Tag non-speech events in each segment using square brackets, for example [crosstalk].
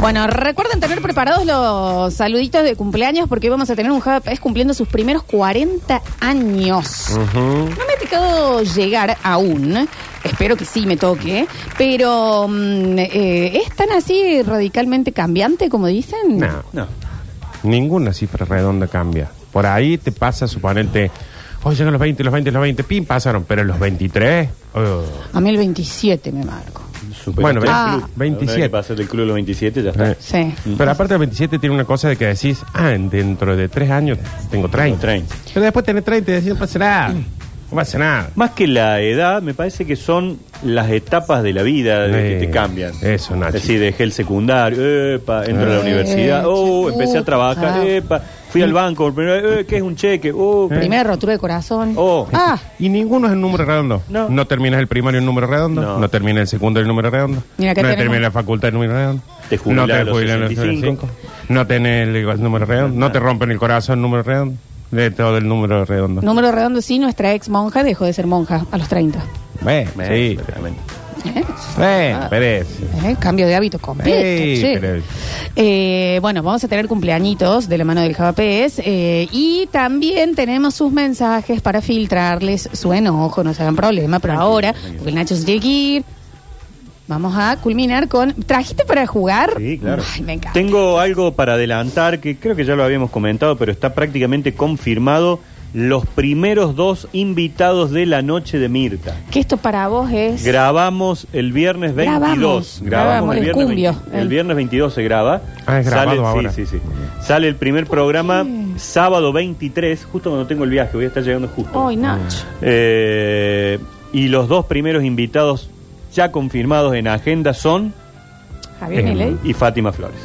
Bueno, recuerden tener preparados los saluditos de cumpleaños porque vamos a tener un Java Pérez cumpliendo sus primeros 40 años. No me ha tocado llegar aún. Espero que sí me toque. Pero, mm, eh, ¿es tan así radicalmente cambiante como dicen? No, No. ninguna cifra redonda cambia. Por ahí te pasa, suponente, hoy llegan los 20, los 20, los 20, pim, pasaron, pero los 23, oh, A mí el 27 me marco. Superaste Bueno, el ah, club. Una vez 27. que pasas del club a los 27, ya está. eh. Sí. Pero aparte el 27 tiene una cosa de que decís, ah, dentro de 3 años tengo 30. 30. Pero después tenés 30 y decís, no pasa nada, no pasa nada. Más que la edad, me parece que son las etapas de la vida de Eh, que te cambian. eso, Nachi. Es decir, dejé el secundario, epa, entro a Eh, la universidad, oh, empecé a trabajar, puta. epa, fui al banco, por primera vez, eh, ¿qué es un cheque? Eh. Oh, Primera rotura de corazón. Oh. Ah, Y ninguno es un número redondo. No. terminas el primario en número redondo. No, No. terminas el secundario en número redondo. Mira, acá no tenemos- terminas la facultad en número redondo. Te jubilás no a los jubilás 65. No tenés el, el número redondo. No te rompen el corazón en número redondo. De todo el número redondo. número redondo, sí, nuestra ex monja dejó de ser monja a los 30. Bueno, sí. exactamente. ¿Eh? Bueno, pero- ¿Eh? Cambio de hábito completo. Ey, che. pero- Eh, bueno, vamos a tener cumpleañitos de la mano del Javapés eh, y también tenemos sus mensajes para filtrarles su enojo, no se hagan problema, pero ahora, porque el Nacho se tiene que ir, vamos a culminar con... ¿Trajiste para jugar? Sí, claro. Ay, me encanta. Tengo algo para adelantar que creo que ya lo habíamos comentado, pero está prácticamente confirmado los primeros dos invitados de la noche de Mirta. Que esto para vos es... Grabamos el viernes 22. Grabamos, Grabamos, grabamos el el viernes cumbio. 20. el viernes 22 se graba. Ah, es grabado Sale, sí, ahora. Sí, sí, Sale el primer programa sábado 23, justo cuando tengo el viaje, voy a estar llegando justo. Ay, Nacho. Eh, y los dos primeros invitados ya confirmados en agenda son Javier Eh, Milei. y Fátima Flores.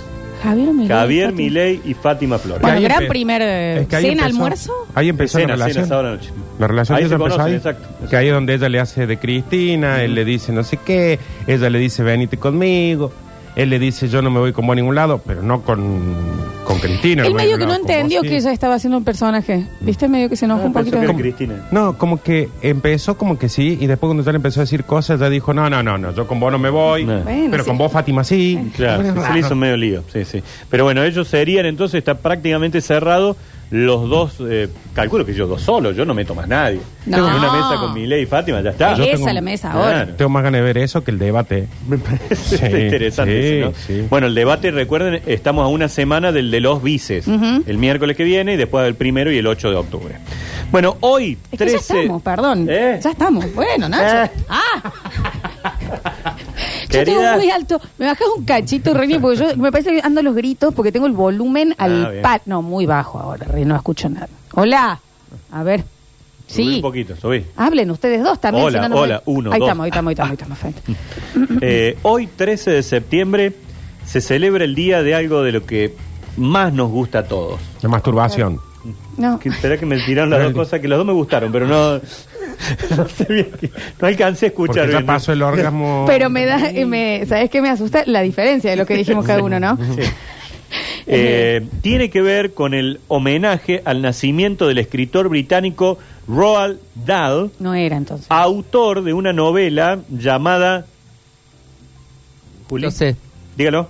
Javier Milei. Ah. Javier Fátima. Milei y Fátima Flores. Bueno, ahí gran empe- primer, eh, es que ahí cena, empezó- almuerzo. Ahí empezó Cena, la cena, relación. sábado a la noche. La relación Ahí ya se empezó conocen, ahí. exacto, exacto. Que ahí es donde ella le hace de Cristina, él le dice no sé qué, ella le dice venite conmigo, él le dice yo no me voy con vos a ningún lado, pero no con, con Cristina. El me voy medio a que no ningún lado, entendió con que vos, sí. ella estaba haciendo un personaje. ¿Viste? Medio que se enojó Ah, un pensó poquito. que era de- Cristina. No, como que empezó como que sí, y después cuando ya le empezó a decir cosas, ya dijo, no, no, no, no yo con vos no me voy, No. Bueno, pero sí. con vos Fátima sí. Claro, Bueno, se le hizo medio lío, sí, sí. Pero bueno, ellos serían, entonces está prácticamente cerrado los dos, eh, calculo que yo dos solos, yo no meto más nadie. No. En una mesa con Milei y Fátima, ya está. Esa es la mesa ahora. [laughs] Claro. Tengo más ganas de ver eso que el debate. Me parece Sí, [laughs] interesante sí, eso, ¿no? sí. Bueno, el debate, recuerden, estamos a una semana del de los vices. Ujú. El miércoles que viene y después el primero y el 8 de octubre. Bueno, hoy, Es que 13... ya estamos, perdón. ¿Eh? Ya estamos. Bueno, Nacho. Eh. [laughs] ¡Ah! Yo Querida. tengo muy alto. Me bajas un cachito, Reni, porque yo me parece que ando a los gritos porque tengo el volumen Ah, al bien. pat. No, muy bajo ahora, Reni, no escucho nada. Hola. A ver. Subí Sí. un poquito, subí. Hablen ustedes dos también. Hola, si no, no me- hola, uno, Ahí dos. estamos, ahí estamos, ahí estamos, ahí [laughs] estamos. frente. Eh, hoy, 13 de septiembre, se celebra el día de algo de lo que más nos gusta a todos. La masturbación. No. Que, espera que me tiraron las dos cosas, que las dos me gustaron, pero no, [laughs] no, sé bien qué- no alcancé a escuchar. Porque ya bien. pasó el orgasmo. Pero me da, eh, me, ¿sabes qué me asusta? La diferencia de lo que dijimos cada uno, ¿no? [laughs] Sí. Eh, tiene que ver con el homenaje al nacimiento del escritor británico Roald Dahl, No era entonces. autor de una novela llamada... Juli, Lo sé. Dígalo.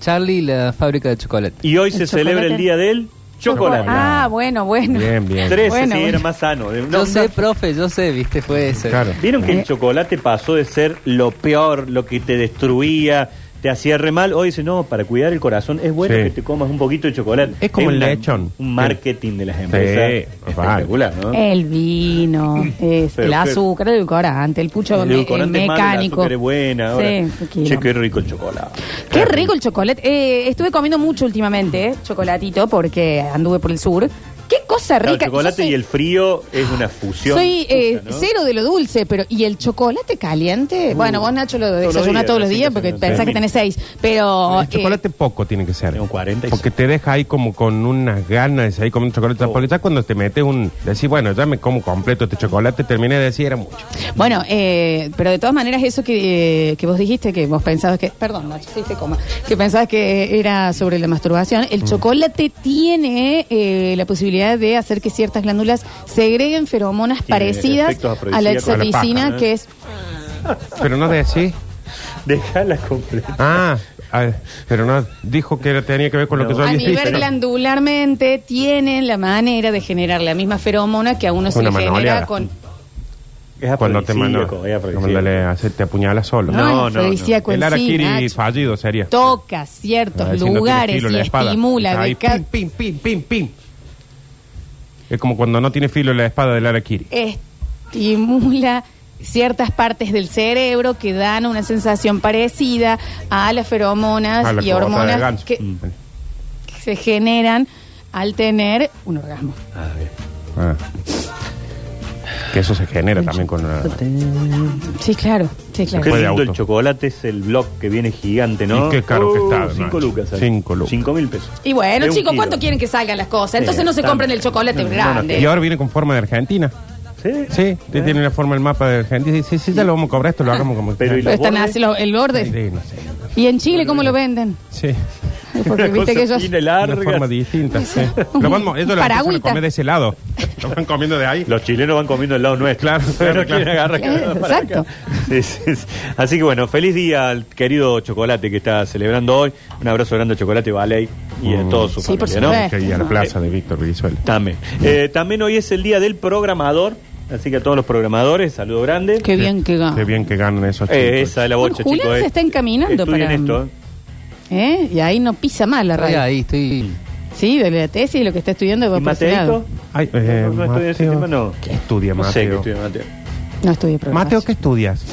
Charlie y la fábrica de chocolate. Y hoy ¿El se celebra el chocolate? día del chocolate. Ah, bueno, bueno. Bien, bien. Tres Bueno, sí, bueno. era más sano. Eh, no, yo sé, no. profe, yo sé, viste, fue eso. Claro. Vieron eh. que el chocolate pasó de ser lo peor, lo que te destruía, te hacía re mal. Hoy dice, no, para cuidar el corazón es bueno Sí. que te comas un poquito de chocolate. Es como el una- lechón. Un marketing de las empresas. Sí, espectacular, ¿no? El vino, es Pero el qué- azúcar, el edulcorante, el pucho El me- edulcorante es malo, el eh, mecánico. azúcar es buena ahora. Sí, qué che, quilombo. qué rico el chocolate. Qué rico el chocolate. Eh, estuve comiendo mucho últimamente, eh, chocolatito, porque anduve por el sur. Qué cosa Claro, rica. el chocolate Yo soy- y el frío es una fusión. Soy eh, justa, ¿no? cero de lo dulce, pero ¿y el chocolate caliente? bueno, vos Nacho lo Uh, los desayunás días, todos los sí, días sí, porque sí. pensás que tenés seis, pero... El chocolate poco tiene que ser. Tengo 40 y Porque te deja ahí como con unas ganas, ahí comiendo chocolate. Oh. Porque ya cuando te metes un. Decís, bueno, ya me como completo este chocolate, terminé de decir, era mucho. eh, bueno, eh, pero de todas maneras eso que, eh, que vos dijiste, que vos pensabas que... Perdón, Nacho, sí, te coma. Que pensabas que era sobre la masturbación. Mm. El chocolate tiene eh, la posibilidad de hacer que ciertas glándulas segreguen feromonas Tiene parecidas efectos a la afrodisíacos. A la paja, exoricina, ¿eh? que es... Pero no decís. Dejala completa. Ah, ah, pero no, dijo que tenía que ver con lo que No. yo A había nivel dicho. glandularmente tienen la manera de generar la misma feromona que a uno se Una le genera manoleada. con... Es Cuando te mandó, afrodisíaco, es no, mandale a hacer- te apuñala solo. No, no, No, no. el afrodisíaco en el sí, Arakiri Nacho. fallido sería. Toca ciertos Ah, si no tiene lugares filo en y la espada. estimula Está de ahí, ca- pim, pim, pim, pim, pim. Es como cuando no tiene filo en la espada del Arakiri. estimula ciertas partes del cerebro que dan una sensación parecida a las feromonas Ah, la y cogotada de hormonas ganso. que, Mm. que se generan al tener un orgasmo. Ah, bien. Ah. Que eso se genera también con una... Sí, claro, sí, claro. Qué Después de lindo el auto. chocolate, es el blog que viene gigante, ¿no? Uh, Y qué caro que está, Nacho. Cinco lucas. sale. Cinco lucas. Cinco mil pesos. Y bueno, De un chicos, kilo. ¿cuánto quieren que salgan las cosas? Entonces Sí, no se tanto. compren el chocolate No, no, grande. Y ahora viene con forma de Argentina. Sí. Eh, Sí, te tiene la forma del mapa de Argentina. Sí, sí, ya lo vamos a cobrar, esto lo hagamos como... Pero ¿y Pero los están bordes? así lo- el borde. Sí, no sé. ¿Y en Chile cómo lo venden? Sí. Porque Una viste cosa que ellos... fina y De una larga. forma distinta, sí. Un- Lo vamos, ellos lo empiezan a paragüita. comer de ese lado. Lo van comiendo de ahí. Los chilenos van comiendo el lado nuestro. Claro, claro, Pero ¿quién claro. agarra Claro, cada para exacto. acá? Sí, sí, sí. Así que bueno, feliz día al querido Chocolate que está celebrando hoy. Un abrazo grande a Chocolate Valley y a todos sus Sí, por familia, ¿no? supuesto. Mm. Que ir a la plaza de Víctor Brizuela. También. Eh, también hoy es el día del programador. Así que a todos los programadores, saludo grande. Qué bien que Qué gana. bien que ganan esos chicos. Eh, esa es la bocha, Bueno, Julián chicos. se está encaminando Estudien para- esto. eh. ¿Eh? Y ahí no pisa mal la Estoy radio. ahí, estoy. Sí, de la tesis y lo que está estudiando va ¿Y por ese lado. Mateito? Ay, eh, no, no estudia ese Mateo. tema, no. ¿Qué estudia No sé qué Mateo? estudia Mateo. No estudié programación. Mateo, ¿qué estudias?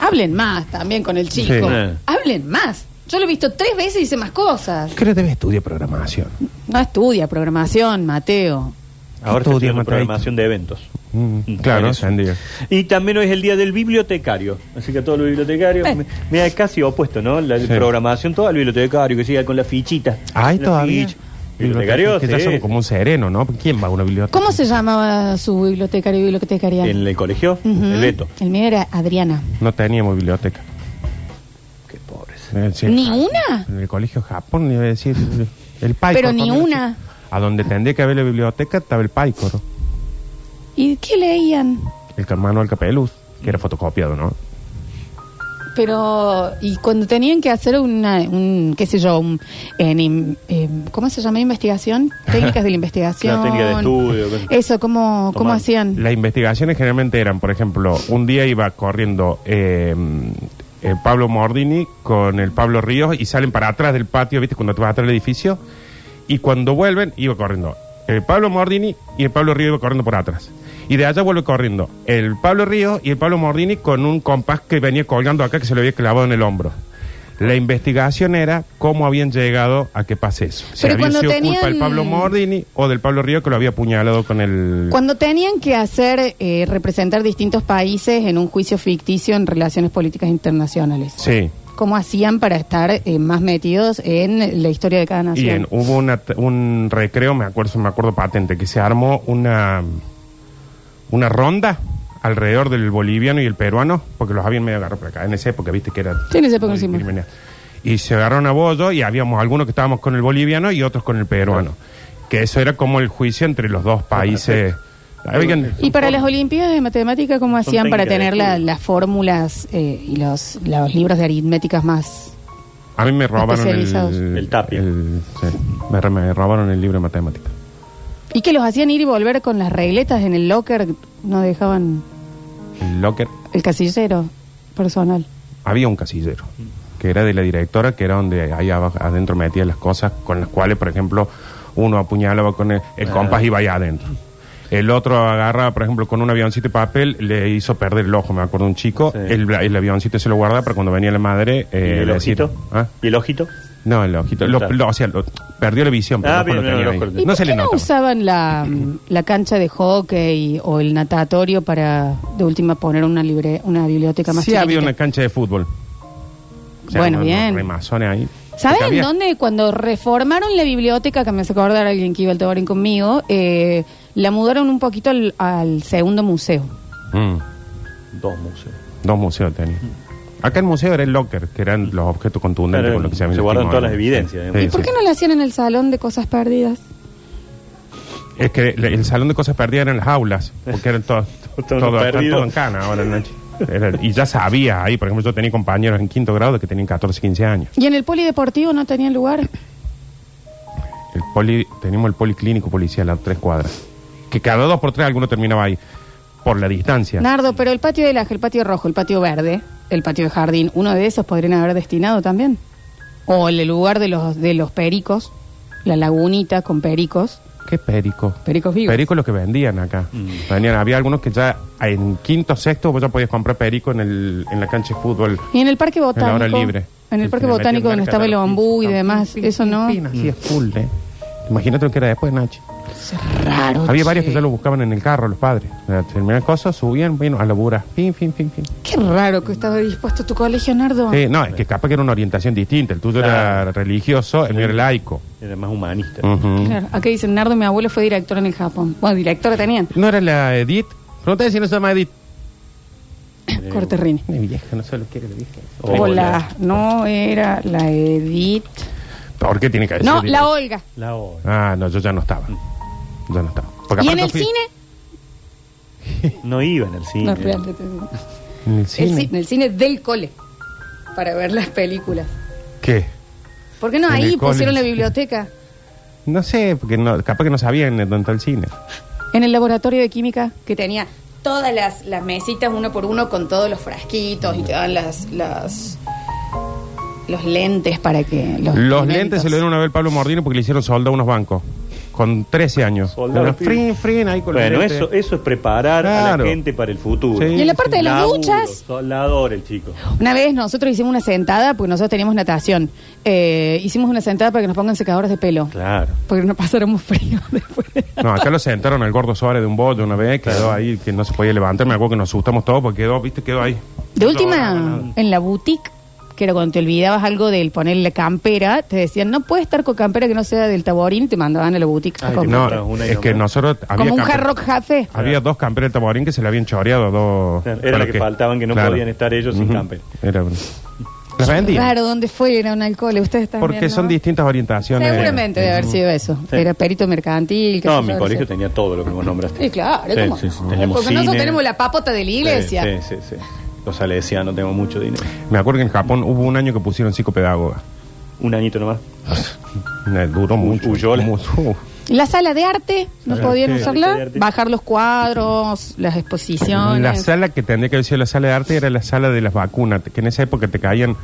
Hablen más también con el chico. Sí. Hablen más. Yo lo he visto tres veces y dice más cosas. Creo que debe estudiar programación. No estudia programación, Mateo. Ahora está Estudia estudiando Mateito. programación de eventos. Mm, Mm, claro, buenísimo. entendido. Y también hoy es el día del bibliotecario. Así que a todos los bibliotecarios. Eh. me- Mira, es casi opuesto, ¿no? La Sí. programación, todo al bibliotecario que siga con la fichita. Hay La todavía ficha. Bibliotecarios, que ya sí. son como un sereno, ¿no? ¿Quién va a una biblioteca? ¿Cómo se llamaba su bibliotecario y bibliotecaria? En el colegio, Ujú. el Beto. El mío era Adriana. No teníamos biblioteca. Qué pobres. Eh, sí, ¿Ni ja- una? En el colegio Japón, iba a decir. El Paicor. Pero ni cuando- una. A donde tendría que haber la biblioteca estaba el Paicor, ¿Y qué leían? el hermano del Capeluz, que era fotocopiado, ¿no? Pero, y cuando tenían que hacer una, un, qué sé yo, un, en im- em, ¿cómo se llama [laughs] investigación? Técnicas de la investigación. La técnica de estudio. cosas. Eso, ¿cómo, cómo Tomar. hacían? Las investigaciones generalmente eran, por ejemplo, un día iba corriendo eh, eh, Pablo Mordini con el Pablo Ríos y salen para atrás del patio, ¿viste? Cuando te vas atrás del edificio. Y cuando vuelven, iba corriendo el Pablo Mordini y el Pablo Ríos iba corriendo por atrás. Y de allá vuelve corriendo el Pablo Ríos y el Pablo Mordini con un compás que venía colgando acá que se le había clavado en el hombro. La investigación era cómo habían llegado a que pase eso. Si Pero había cuando sido culpa tenían- del Pablo Mordini o del Pablo Ríos que lo había apuñalado con el... Cuando tenían que hacer, eh, representar distintos países en un juicio ficticio en relaciones políticas internacionales. Sí. ¿Cómo hacían para estar eh, más metidos en la historia de cada Y en- nación? hubo una t- un recreo, me acuerdo, me acuerdo patente, que se armó una, una ronda alrededor del boliviano y el peruano, porque los habían medio agarrado por acá, en esa época, viste que era... Sí, en esa época muy encima. criminal. Y se agarraron a bollo y habíamos algunos que estábamos con el boliviano y otros con el peruano. Que eso era como el juicio entre los dos países. Oigan, Y, para las Olimpiadas de Matemática, ¿cómo son hacían para técnicas de tener la- estudio. las fórmulas eh, y los, los libros de aritméticas más a mí me robaron Especializados. el... El tapia. sí, me, re- me robaron el libro de matemáticas. Y que los hacían ir y volver con las regletas en el locker, no dejaban El locker... el casillero personal. había un casillero que era de la directora, que era donde ahí abajo, adentro metía las cosas con las cuales, por ejemplo, uno apuñalaba con el, el compás y iba ahí adentro. El otro agarra, por ejemplo, con un avioncito de papel, le hizo perder el ojo, me acuerdo un chico, Sí. el, el avioncito se lo guarda para cuando venía la madre... ¿Y eh, el decir, ojito? ¿Ah? ¿Y el ojito? No, el ojito. Lo- Claro. lo- o sea, lo- perdió la visión, pero el Ah, ojo bien, lo bien, tenía el ahí. ojo lo ¿Y No por se qué le no notaba. usaban la, la cancha de hockey o el natatorio para de última poner una libre, una biblioteca más Sí había chiquitita? una cancha de fútbol. Bueno, unos- bien. unos remazones ahí. ¿Saben Porque había- dónde? Cuando reformaron la biblioteca, que me hace acordar alguien que iba al Tabarín conmigo, eh, la mudaron un poquito al, al segundo museo. Mm. Dos museos. Dos museos tenía. Acá el museo era el locker, que eran los objetos contundentes Mm. Claro, con los que se habían se guardan lastimado. todas las evidencias, Sí, ¿Y por sí. qué no la hacían en el salón de cosas perdidas? [laughs] Es que le- el salón de cosas perdidas eran las aulas, porque eran todos Todo todo, están perdido. todo en cana ahora, Nachi. Era- y ya sabía ahí, por ejemplo, yo tenía compañeros en quinto grado que tenían 14, 15 años. ¿Y en el polideportivo no tenía lugar? El poli, teníamos el policlínico policial a tres cuadras. Que cada dos por tres alguno terminaba ahí. Por la distancia. Nardo, pero el patio del Aje, el patio rojo, el patio verde, el patio de jardín, uno de esos podrían haber destinado también. O el lugar de los, de los pericos, la lagunita con pericos. ¿Qué perico? Pericos vivos. Perico es lo que vendían acá. Vendían, había algunos que ya en quinto, sexto, vos ya podías comprar perico en, el, en la cancha de fútbol. Y en el parque botánico. En la hora libre. en el Sí, parque le metían botánico donde merca estaba a el los bambú y pinchos. demás, eso no. Pin, así es full, ¿eh? Imagínate lo que era después, Nachi. Raro. Había varios che. que ya lo buscaban en el carro, los padres. Terminaban cosas, subían, vino a labura. Fin, fin, fin, fin. Qué raro que estaba dispuesto tu colegio, Nardo. Sí, no, es que capaz que era una orientación distinta. El tuyo era Claro. religioso, el mío era laico. Era más humanista. Ujú. Claro, acá dicen, Nardo, mi abuelo fue director en el Japón. Bueno, directora tenían. ¿No era la Edith? Preguntale si no se llama Edith. Corte Rini. Mi vieja, no sé lo que era la vieja. Hola. Hola, no era la Edith. ¿Por qué tiene que decir No, Edith? la Olga. La hora. Ah, no, yo ya no estaba. Yo no estaba. Porque ¿Y aparte en el fui- cine? No iban al No, cine. espérate, te digo. En el El cine. ci- en el cine del cole, para ver las películas. ¿Qué? ¿Por qué no En el ahí cole. pusieron la biblioteca? No sé, porque no, capaz que no sabían dónde está el cine. En el laboratorio de química que tenía todas las, las mesitas uno por uno con todos los frasquitos y te daban las, las los lentes para que los, Los documentos. lentes se lo dieron una vez al Pablo Mordino porque le hicieron soldado a unos bancos. Con 13 años. Soldado, Pero sí. frin, frin, ahí con los Bueno, lentes. eso, eso es preparar a Claro. la gente para el futuro. Sí, Y en la parte de las Laburo, duchas. Soldador el chico. Una vez nosotros hicimos una sentada, porque nosotros teníamos natación. Eh, hicimos una sentada para que nos pongan secadores de pelo. Claro. Porque no pasáramos frío [laughs] después. de- No, acá lo sentaron al gordo Suárez de un bollo una vez, quedó ahí, que no se podía levantar. Me acuerdo que nos asustamos todos porque quedó, viste, quedó ahí. De No última, lograba en la boutique, que era cuando te olvidabas algo del ponerle campera, te decían, no puedes estar con campera que no sea del taborín, te mandaban a la boutique. a Ay, comprar. nada. Te No, una y es no que más. nosotros. había Como un camper- hard rock eh. café. Había dos camperos de taborín que se le habían choreado, dos. Claro, era para la que faltaban, que no podían estar ellos sin camper. Era un- Las vendían. Claro, ¿dónde fue? Era un alcohol, ustedes también, Porque son ¿no? distintas orientaciones. Seguramente debe haber sido eso. Sí. Era perito mercantil. qué sé No, yo, mi colegio sé. tenía todo lo que vos nombraste. Sí, claro, Sí, ¿cómo sí, sí, no? teníamos Porque nosotros cine. tenemos la papota de la iglesia. Sí, sí, sí. sí. Los salesianos, tengo mucho dinero. Me acuerdo que en Japón hubo un año que pusieron psicopedagoga. Un añito nomás. Eh, Duró mucho. [laughs] huyó la- mucho. La sala de arte, no Sala de podían arte. Sala de usarla. arte. Bajar los cuadros, las exposiciones. La sala que tendría que haber sido la sala de arte era la sala de las vacunas, que en esa época te caían,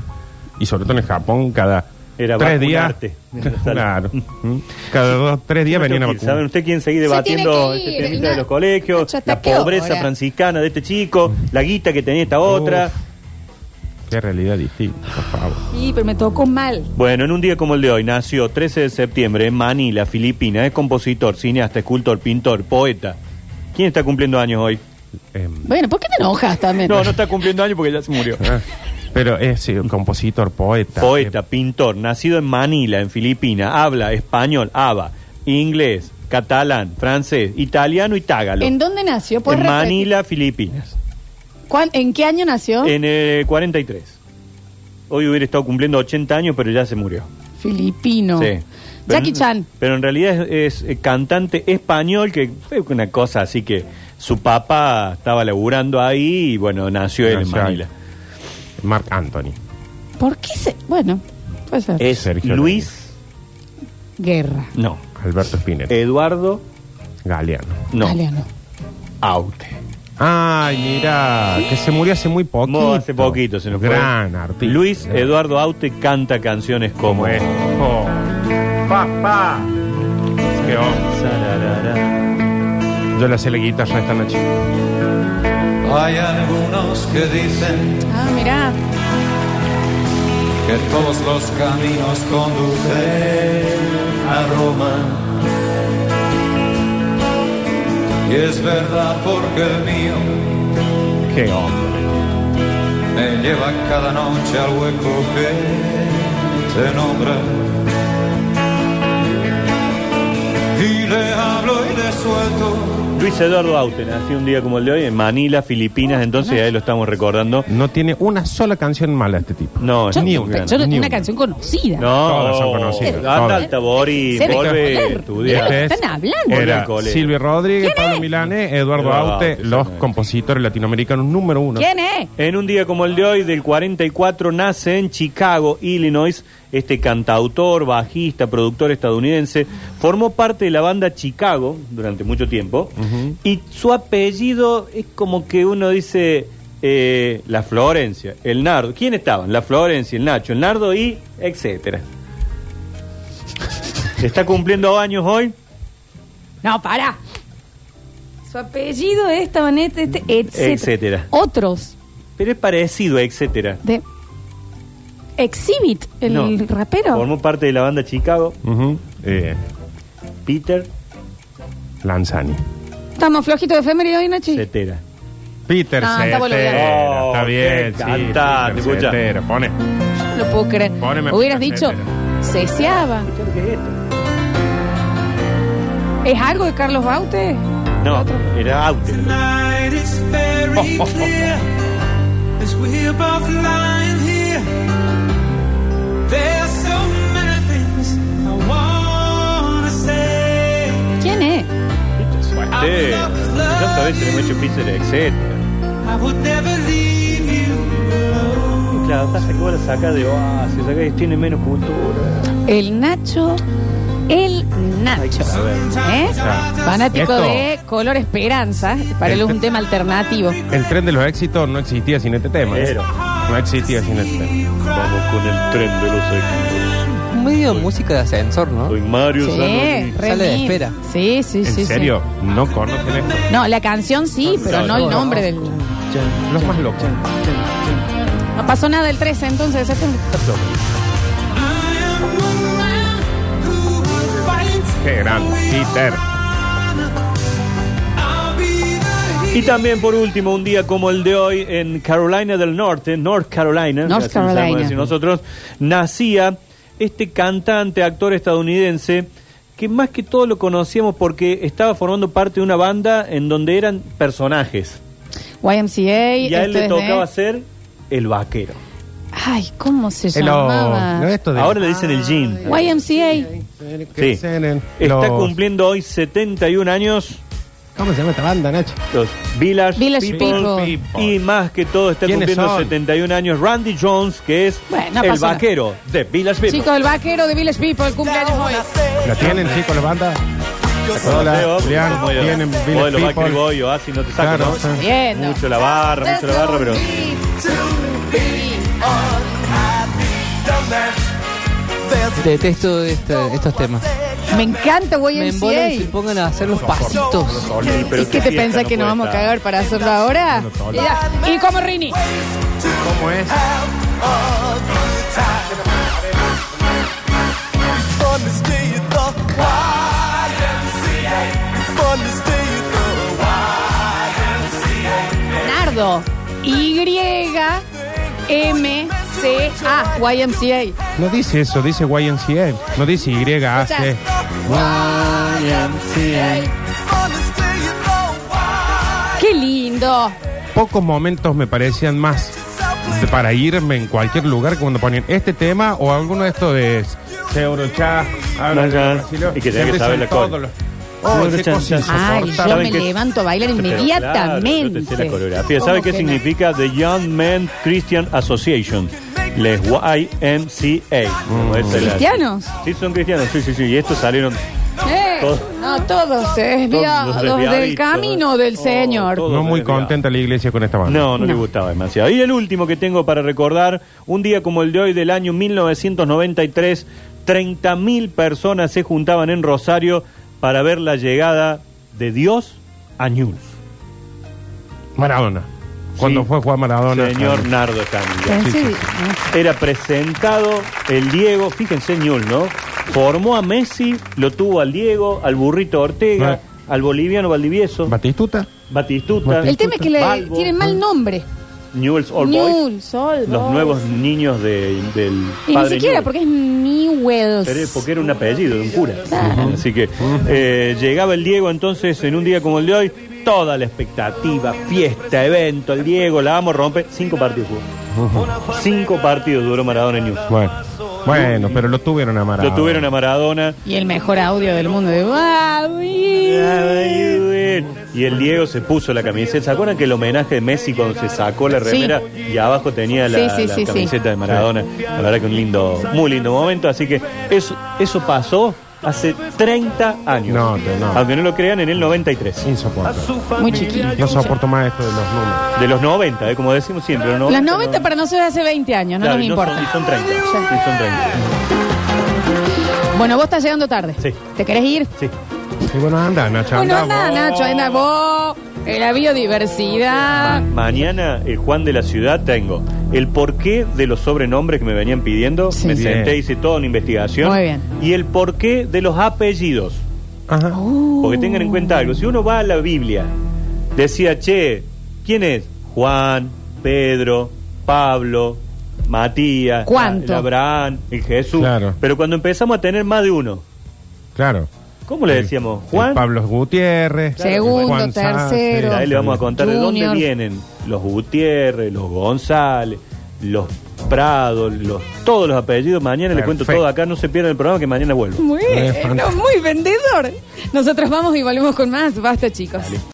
y sobre todo en Japón, cada Era tres días. vacunarte. Era la sala. claro. Mm. Cada dos, tres días venían a Tengo que ir. ¿Saben vacunar. usted quién seguir Se debatiendo tiene que ir, este temita Ignacio. de los colegios? Nacho, ¿hasta La qué pobreza hora? franciscana de este chico, la guita que tenía esta otra. Uf. Qué realidad distinta, por favor. Sí, pero me tocó mal. Bueno, en un día como el de hoy nació 13 de septiembre en Manila, Filipinas. Es compositor, cineasta, escultor, pintor, poeta. ¿Quién está cumpliendo años hoy? Eh, Em, Bueno, ¿por qué te enojas también? No, no está cumpliendo años porque ya se murió. ah, pero es eh, compositor, poeta. Poeta, pintor, nacido en Manila, en Filipinas. Habla español, haba, inglés, catalán, francés, italiano y tágalo. ¿En dónde nació? ¿Puedes En repetir? Manila, Filipinas. ¿Cuán- ¿En qué año nació? En el 43. Hoy hubiera estado cumpliendo 80 años, pero ya se murió. Filipino. Sí. Pero- Jackie Chan. Pero en realidad es, es, eh, cantante español, que fue una cosa así que su papá estaba laburando ahí y bueno, nació él en Nació ahí. Manila. Eh, Mark Anthony. ¿Por qué se.? Bueno, puede ser. Es Sergio Luis, Guerra. no. Alberto Eh. Spinetta. Eduardo, Galeano. no. Galeano. Aute. Ay, mira, que se murió hace muy poquito. Mo- Hace poquito se nos fue. Gran artista. Luis Eduardo Aute canta canciones como. como es. Oh. Papá. Qué on- Sararara. Yo le sé la guitarra esta noche. Hay algunos que dicen Ah, mirá. que todos los caminos conducen a Roma. Y es verdad porque el mío Qué hombre. me lleva cada noche al hueco que te nombra. Y le hablo y le suelto Luis Eduardo Aute nació un día como el de hoy en Manila, Filipinas, entonces ahí lo estamos recordando. No tiene una sola canción mala este tipo. No, Yo- ni un pero grano, yo- ni una un- canción conocida. No, Todas son conocidas, Anda todas. alta, Boris, Se ve vuelve a conocer. estudiar. Mirá, están hablando. Volví Este Era al cole. Silvio Rodríguez, Pablo Milanés, Eduardo Aute, Eduardo Aute, los exactamente. compositores latinoamericanos número uno. ¿Quién es? En un día como el de hoy, del 44, nace en Chicago, Illinois, este cantautor, bajista, productor estadounidense. Formó parte de la banda Chicago durante mucho tiempo. Y su apellido es como que uno dice eh, La Florencia, el Nardo. ¿Quién estaban? La Florencia, el Nacho, el Nardo y etcétera. Está cumpliendo años hoy. No, para. Su apellido es esta maneta, este, etcétera. Etcétera. Otros. Pero es parecido a etcétera. De Exhibit, el No. rapero. Formó parte de la banda Chicago, Ujú. Eh, Peter, Lanzani. Estamos flojitos de efemérides hoy, Nachi. etcétera. Peter Ah, está Cetera, boludeando. está Oh, bien, qué sí, cantante, Peter escucha. Cetera, pone. No lo puedo creer. Poneme Hubieras Peter dicho, ceseaba. Escuchá lo que es esto. ¿Es algo de Carlos Baute? No, era auto. Tonight it's very clear as we're both lying here. There's so many things I wanna say. ¿Quién es? Suerte. ¿Cuántas veces le hemos hecho pizza de etcétera? I would never leave you alone. Claro, pasa que vos la sacás de oasis, acá que tiene menos cultura. El Nacho. El Nacho. ¿Eh? Claro. Fanático Esto- de Color Esperanza. Para él es Este- un tema alternativo. El tren de los éxitos no existía sin este tema. Pero. No existía sin este tema. Vamos con el tren de los éxitos. Medio música de ascensor, ¿no? Soy Mario Sí, Zanoni. re Sale de mil. espera. Sí, sí, ¿En sí. sí. serio? ¿No conocen esto? No, la canción sí, pero no el nombre del. No Los más locos. pasó nada el 13 entonces de septiembre. I am the man who would fight. Qué gran Peter. I'll be the Y también, por último, un día como el de hoy en Carolina del Norte, North Carolina, North así nos Carolina. llamamos así nosotros, nacía este cantante, actor estadounidense, que más que todo lo conocíamos porque estaba formando parte de una banda en donde eran personajes. YMCA. Y a él esto le es de- tocaba ser el vaquero. Ay, ¿cómo se Eh, lo- llamaba? lo esto de- Ahora le dicen el jean. YMCA. Sí. Está Los- cumpliendo hoy 71 años ¿Cómo se llama esta banda, Nacho? los Village, Village People. Y más que todo está ¿Quiénes cumpliendo son? 71 años Randy Jones, que es Bueno, no el pasa nada. vaquero de Village People. Chicos, el vaquero de Village People, cumpleaños hoy. ¿La tienen, chicos, la banda? No sé, Hola, vos, Julián. como yo. Tienen Vos Village de los Backstreet People. Boys, o así ah, no te saco, Claro, ¿no? sí. Bien. Mucho la barra, mucho la barra, pero Detesto esta- estos temas. Me encanta Me YMCA. embolan si pongan a hacer los pasitos. Sí, pero ¿Y qué te fiesta pensás que no nos vamos a puede cagar para hacerlo ahora? Mira, y como Rini. ¿Cómo es? fun to stay at the YMCA. It's fun to stay at the Nardo. Y M C A YMCA. No dice eso, dice YNCA. No dice YAC. fun to stay at the Qué lindo. Pocos momentos me parecían más de- para irme en cualquier lugar que cuando ponían este tema o alguno de estos de Eurochá, habla de Allá. Brasilio, Y que tenés que siempre saber son la cola. todos los- Oh, Eurochan, qué cosa chan, chan. Ay, yo me insoportable. ¿Saben qué? levanto a bailar Pero claro, yo te sé la inmediatamente. coreografía. ¿Sabe ¿Cómo qué que significa The Young Men Christian Association? Les YMCA. Como esa es la- ¿Cristianos? Sí, son cristianos, sí, sí, sí. Y estos salieron no? Eh, no, todos eh, Todos desviados del desviaditos. camino del Oh, Señor. todos No muy desviados. contenta la iglesia con esta banda. No, no, le No. gustaba demasiado. Y el último que tengo para recordar, un día como el de hoy del año 1993, 30.000 personas se juntaban en Rosario para ver la llegada de Dios a News. Maradona. Cuando Sí. fue Juan Maradona. um, Señor Nardo Escamilla. Pensé- Era presentado el Diego, fíjense Ñul, ¿no? Formó a Messi, lo tuvo al Diego, al burrito Ortega, Ah. al boliviano Valdivieso, Batistuta. Batistuta. El tema es que le Balbo. tienen mal nombre. Newell's Old Boys. Newell's Old Los Boys. nuevos niños de- del Y ni padre siquiera, Newell. porque es Newell's. Pero es Porque era un apellido de un cura. Así que eh, llegaba el Diego entonces en un día como el de hoy, toda la expectativa, fiesta, evento, el Diego, la vamos, rompe. Cinco partidos jugó. Cinco partidos duró Maradona en News. Bueno, bueno, pero lo tuvieron a Maradona. Lo tuvieron a Maradona. Y el mejor audio del mundo de Babi. Y el Diego se puso la camiseta. ¿Se acuerdan que el homenaje de Messi cuando se sacó la remera y abajo tenía la, Sí, sí, la sí, sí. camiseta de Maradona? La verdad que un lindo, muy lindo momento. Así que eso, eso pasó hace 30 años. No, no, no. Aunque no lo crean, en el 93. Insoportable. Muy chiquito. No soporto más esto de los números. De los 90, eh, como decimos siempre. Los 90, Las 90 para nosotros hace 20 años, no Claro, nos y importa. Son, y son 30. y son 30. Bueno, vos estás llegando tarde. Sí. ¿Te querés ir? Sí. Y bueno, anda, Nacho, Bueno, anda. anda, vos. Nacho, anda vos. En la biodiversidad. Mañana el Juan de la Ciudad tengo el porqué de los sobrenombres que me venían pidiendo. Sí. Me Bien. senté, hice toda una investigación. Muy bien. Y el porqué de los apellidos. Ajá. Porque Uh. tengan en cuenta algo. Si uno va a la Biblia, decía, che, ¿quién es? Juan, Pedro, Pablo, Matías, ¿Cuánto? el Abraham, el Jesús. Claro. Pero cuando empezamos a tener más de uno, Claro. ¿cómo le decíamos? El Juan. Pablo Gutiérrez. Segundo, tercero. Ahí le vamos a contar. contar de Junior. dónde vienen los Gutiérrez, los González, los Prado, los, todos los apellidos. Mañana les cuento Perfecto. todo acá. No se pierdan el programa que mañana vuelvo. Muy, Eh, no, muy vendedor. Nosotros vamos y volvemos con más. Basta, chicos.